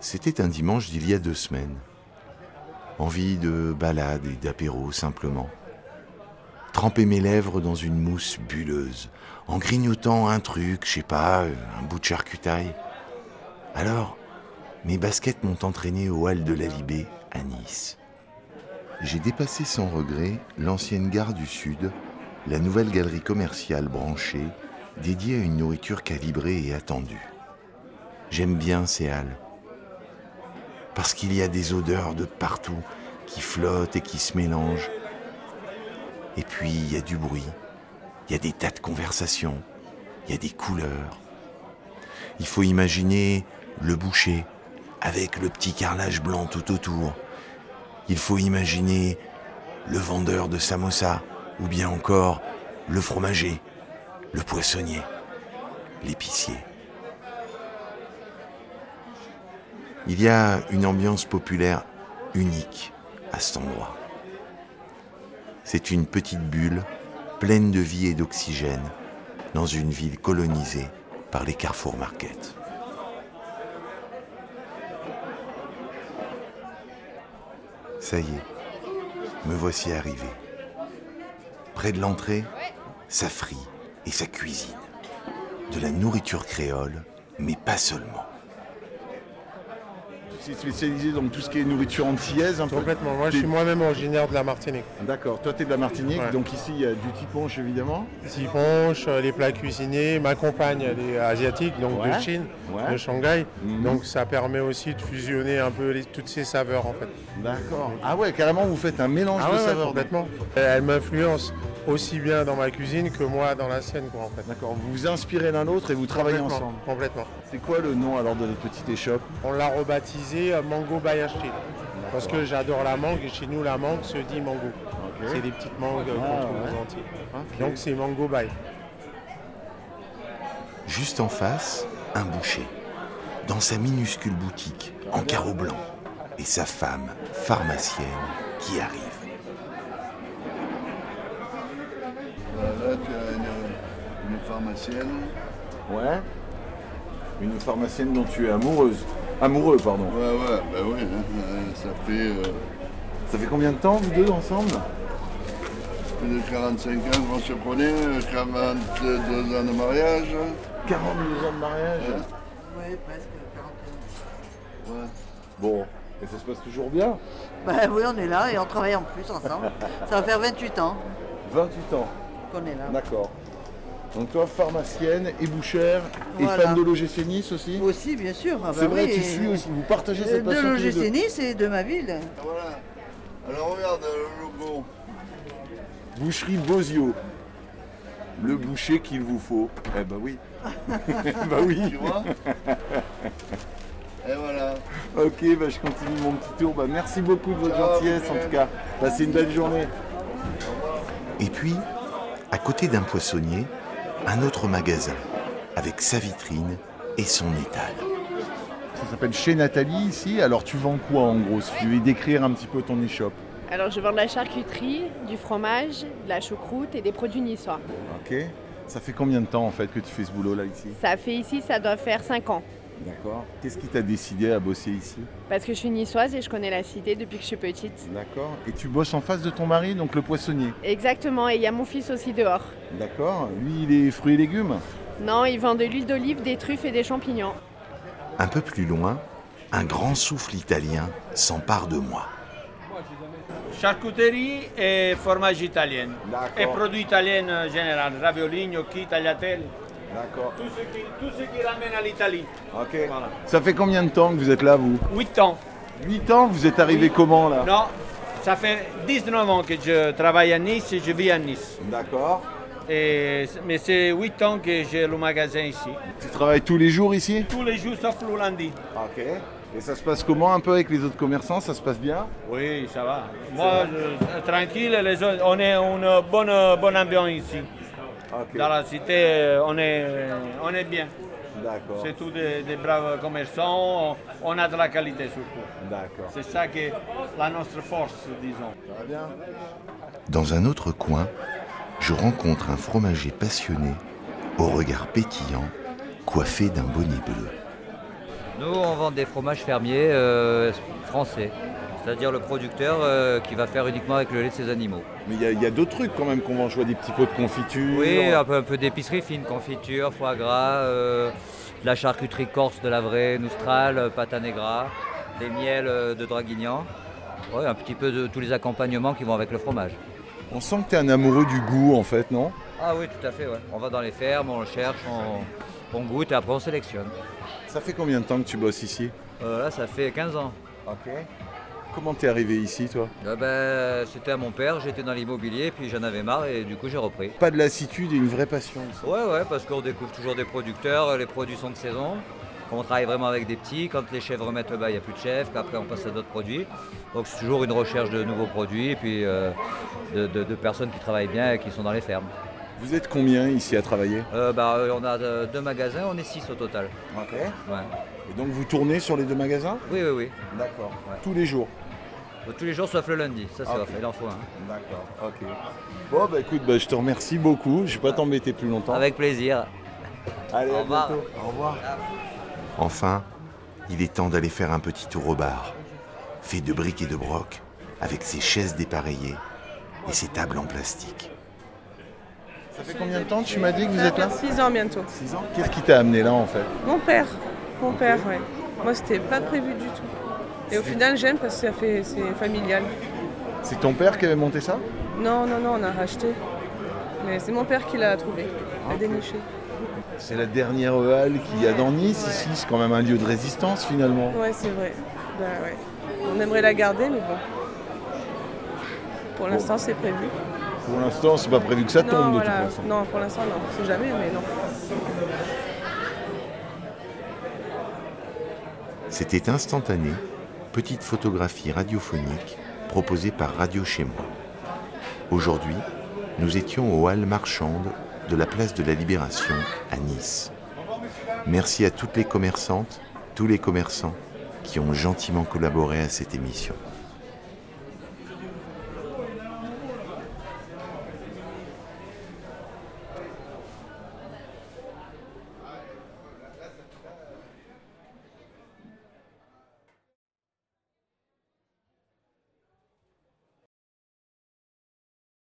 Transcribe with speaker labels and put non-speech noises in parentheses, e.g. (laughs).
Speaker 1: C'était un dimanche d'il y a deux semaines. Envie de balade et d'apéro simplement. Tremper mes lèvres dans une mousse bulleuse, en grignotant un truc, je sais pas, un bout de charcutaille. Alors, mes baskets m'ont entraîné au hall de la Libé à Nice. J'ai dépassé sans regret l'ancienne gare du Sud, la nouvelle galerie commerciale branchée, dédiée à une nourriture calibrée et attendue. J'aime bien ces halles, parce qu'il y a des odeurs de partout qui flottent et qui se mélangent. Et puis il y a du bruit, il y a des tas de conversations, il y a des couleurs. Il faut imaginer le boucher avec le petit carrelage blanc tout autour. Il faut imaginer le vendeur de samosa ou bien encore le fromager, le poissonnier, l'épicier. Il y a une ambiance populaire unique à cet endroit. C'est une petite bulle pleine de vie et d'oxygène dans une ville colonisée par les Carrefour Market. Ça y est, me voici arrivé. Près de l'entrée, ça frit et sa cuisine. De la nourriture créole, mais pas seulement.
Speaker 2: C'est spécialisé dans tout ce qui est nourriture antillaise. un peu.
Speaker 3: Complètement. Moi, je
Speaker 2: T'es-
Speaker 3: suis moi-même originaire de la Martinique.
Speaker 2: D'accord, toi t'es de la Martinique,
Speaker 3: Ouais.
Speaker 2: donc ici il y a du tiponche évidemment.
Speaker 3: S'y penche, euh, les plats cuisinés. Ma compagne, elle est asiatique, donc
Speaker 2: Ouais.
Speaker 3: de Chine,
Speaker 2: Ouais.
Speaker 3: de Shanghai.
Speaker 2: Mhm.
Speaker 3: Donc, ça permet aussi de fusionner un peu les- toutes ces saveurs, en fait.
Speaker 2: D'accord. Ah ouais, carrément vous faites un mélange de
Speaker 3: Ah ouais, ouais,
Speaker 2: saveurs.
Speaker 3: complètement. Elle, elle m'influence aussi bien dans ma cuisine que moi dans la scène, quoi, en fait.
Speaker 2: D'accord, vous vous inspirez l'un l'autre et vous travaillez
Speaker 3: Complètement,
Speaker 2: ensemble.
Speaker 3: Complètement.
Speaker 2: C'est quoi le nom alors de votre petite échoppe
Speaker 3: On l'a rebaptisé euh, Mango Bayashti. Parce que j'adore la mangue et chez nous, la mangue se dit mango. C'est des petites mangues euh, qu'on
Speaker 2: Ah,
Speaker 3: trouve
Speaker 2: ouais.
Speaker 3: aux Antilles. Donc, c'est Mango Bay.
Speaker 1: Juste en face, un boucher, dans sa minuscule boutique, en carreau blanc, et sa femme, pharmacienne, qui arrive.
Speaker 4: Là, tu as une, une pharmacienne.
Speaker 2: Ouais. Une pharmacienne dont tu es amoureuse. Amoureux, pardon.
Speaker 4: Ouais, ouais, bah oui, hein, euh, ça fait euh,
Speaker 2: Ça fait combien de temps vous deux ensemble
Speaker 4: plus de 45 ans qu'on se connaît, euh, 42 ans de mariage.
Speaker 2: 42 ans de mariage.
Speaker 5: Ouais, presque 40
Speaker 4: Ouais.
Speaker 2: Bon, et ça se passe toujours bien
Speaker 5: Bah oui, on est là et on travaille en plus
Speaker 2: (laughs)
Speaker 5: ensemble. Ça va faire 28 ans
Speaker 2: 28 ans,
Speaker 5: qu'on est là.
Speaker 2: d'accord. Donc toi, pharmacienne et bouchère, et
Speaker 5: Voilà.
Speaker 2: fan de l'OGC Nice aussi
Speaker 5: Aussi, bien sûr. ah bah
Speaker 2: C'est vrai,
Speaker 5: oui,
Speaker 2: tu
Speaker 5: et-
Speaker 2: suis aussi, vous partagez
Speaker 5: Euh,
Speaker 2: cette
Speaker 5: De
Speaker 2: passion tous les deux.
Speaker 5: l'OGC Nice et de ma ville.
Speaker 4: Ah, Voilà. Alors regarde euh, le logo.
Speaker 2: Boucherie Bozio. Le boucher qu'il vous faut. Eh ben
Speaker 5: (laughs)
Speaker 2: oui. bah oui.
Speaker 4: Tu (laughs) vois Et voilà.
Speaker 2: Ok, bah je continue mon petit tour. Bah, merci beaucoup de votre
Speaker 4: Ciao,
Speaker 2: gentillesse en tout cas. Passez une belle journée.
Speaker 1: Et puis, à côté d'un poissonnier, un autre magasin, avec sa vitrine et son étal.
Speaker 2: Ça s'appelle Chez Nathalie ici. Alors tu vends quoi en gros Si tu veux décrire un petit peu ton échoppe.
Speaker 6: Alors, je vends de la charcuterie, du fromage, de la choucroute et des produits niçois.
Speaker 2: Ok. Ça fait combien de temps en fait que tu fais ce boulot là ici
Speaker 6: Ça fait ici, ça doit faire 5 ans.
Speaker 2: D'accord. Qu'est-ce qui t'a décidé à bosser ici
Speaker 6: Parce que je suis niçoise et je connais la cité depuis que je suis petite.
Speaker 2: D'accord. Et tu bosses en face de ton mari, donc le poissonnier.
Speaker 6: Exactement, et il y a mon fils aussi dehors.
Speaker 2: D'accord. Lui, il est fruits et légumes.
Speaker 6: Non, il vend de l'huile d'olive, des truffes et des champignons.
Speaker 1: Un peu plus loin, un grand souffle italien s'empare de moi.
Speaker 7: Charcuterie et fromage italien. E Et
Speaker 2: D'accord.
Speaker 7: produits italiens en général, ravioli, gnocchi, tagliatelle,
Speaker 2: D'accord.
Speaker 7: tout ce qui, tout ce qui ramène à l'Italie.
Speaker 2: Ok.
Speaker 7: Voilà.
Speaker 2: Ça fait combien de temps que vous êtes là, vous
Speaker 7: 8 ans.
Speaker 2: 8 ans, vous êtes arrivé comment là
Speaker 7: Non, ça fait 19 ans que je travaille à Nice et je vis à Nice.
Speaker 2: D'accord.
Speaker 7: Et, mais c'est 8 ans que j'ai le magasin ici.
Speaker 2: Tu travailles tous les jours ici
Speaker 7: Tous les jours sauf le lundi.
Speaker 2: Ok. Et ça se passe comment un peu avec les autres commerçants Ça se passe bien
Speaker 7: Oui, ça va. Moi, je- euh, tranquille, les autres, on est une bonne, bonne ambiance ici.
Speaker 2: Ok.
Speaker 7: Dans la cité, euh, on est, on est bien.
Speaker 2: D'accord.
Speaker 7: C'est tous des, des braves commerçants, on a de la qualité surtout.
Speaker 2: D'accord.
Speaker 7: C'est ça qui est la notre force, disons.
Speaker 2: Ça va bien
Speaker 1: Dans un autre coin, je rencontre un fromager passionné, au regard pétillant, coiffé d'un bonnet bleu.
Speaker 8: Nous, on vend des fromages fermiers euh, français. C'est-à-dire le producteur euh, qui va faire uniquement avec le lait de ses animaux.
Speaker 2: Mais il y a- il y a, d'autres trucs quand même qu'on mange, je vois des petits pots de confiture.
Speaker 8: Oui,
Speaker 7: euh.
Speaker 8: un peu, un peu d'épicerie fine, confiture, foie gras, euh, de la charcuterie corse de la vraie, noustral, euh, pâte à negra, des miels euh, de draguignan. Ouais, un petit peu de tous les accompagnements qui vont avec le fromage.
Speaker 2: On sent que t'es un amoureux du goût en fait, non
Speaker 8: Ah oui, tout à fait, ouais. On va dans les fermes, on le cherche, on, on goûte et après on sélectionne.
Speaker 2: Ça fait combien de temps que tu bosses ici
Speaker 8: Euh, là, ça fait 15 ans.
Speaker 2: Ok. Comment t'es arrivé ici toi
Speaker 8: Euh, ben, C'était à mon père, j'étais dans l'immobilier, puis j'en avais marre et du coup j'ai repris.
Speaker 2: Pas de lassitude et une vraie passion. ça.
Speaker 8: Ouais, ouais, parce qu'on découvre toujours des producteurs, les produits sont de saison. On travaille vraiment avec des petits. Quand les chèvres remettent le bas, il n'y a plus de chèvres. Après, on passe à d'autres produits. Donc, c'est toujours une recherche de nouveaux produits et puis euh, de, de- de personnes qui travaillent bien et qui sont dans les fermes.
Speaker 2: Vous êtes combien ici à travailler
Speaker 8: Euh, bah, euh, on a euh, deux magasins, on est six au total.
Speaker 2: Ok.
Speaker 8: Ouais.
Speaker 2: Et donc vous tournez sur les deux magasins
Speaker 8: Oui, oui, oui.
Speaker 2: D'accord.
Speaker 8: Ouais.
Speaker 2: Tous les jours
Speaker 8: Donc, tous les jours sauf le lundi. Ça, c'est
Speaker 2: Ok.
Speaker 8: off. Il en faut un.
Speaker 2: D'accord, ok. Bon bah écoute, bah, je te remercie beaucoup, je vais pas t'embêter plus longtemps.
Speaker 8: Avec plaisir.
Speaker 2: Allez,
Speaker 8: au
Speaker 2: à
Speaker 8: revoir.
Speaker 2: bientôt. Au revoir.
Speaker 1: Enfin, il est temps d'aller faire un petit tour au bar, fait de briques et de broc, avec ses chaises dépareillées et ses tables en plastique.
Speaker 2: Ça fait combien de temps que tu m'as dit que vous êtes là
Speaker 9: 6 ans bientôt.
Speaker 2: 6 ans. Qu'est-ce qui t'a amené là en fait
Speaker 9: Mon père, mon père, ouais. Moi, c'était pas prévu du tout. Et au final, j'aime parce que ça fait, c'est familial.
Speaker 2: C'est ton père qui avait monté ça
Speaker 9: Non, non, non, on a racheté. Mais c'est mon père qui l'a trouvé, l'a déniché.
Speaker 2: C'est la dernière halle qu'il y a dans Nice
Speaker 9: Ouais.
Speaker 2: ici, c'est quand même un lieu de résistance finalement.
Speaker 9: Ouais, c'est vrai. Bah ouais. On aimerait la garder, mais bon. Pour l'instant, c'est prévu.
Speaker 2: Pour l'instant, c'est pas prévu que ça tombe
Speaker 9: non,
Speaker 2: de
Speaker 9: voilà.
Speaker 2: toute façon.
Speaker 9: non, pour l'instant, non. C'est jamais, mais non.
Speaker 1: C'était instantané, petite photographie radiophonique proposée par Radio Chez Moi. Aujourd'hui, nous étions aux halles marchandes de la place de la Libération à Nice. Merci à toutes les commerçantes, tous les commerçants qui ont gentiment collaboré à cette émission.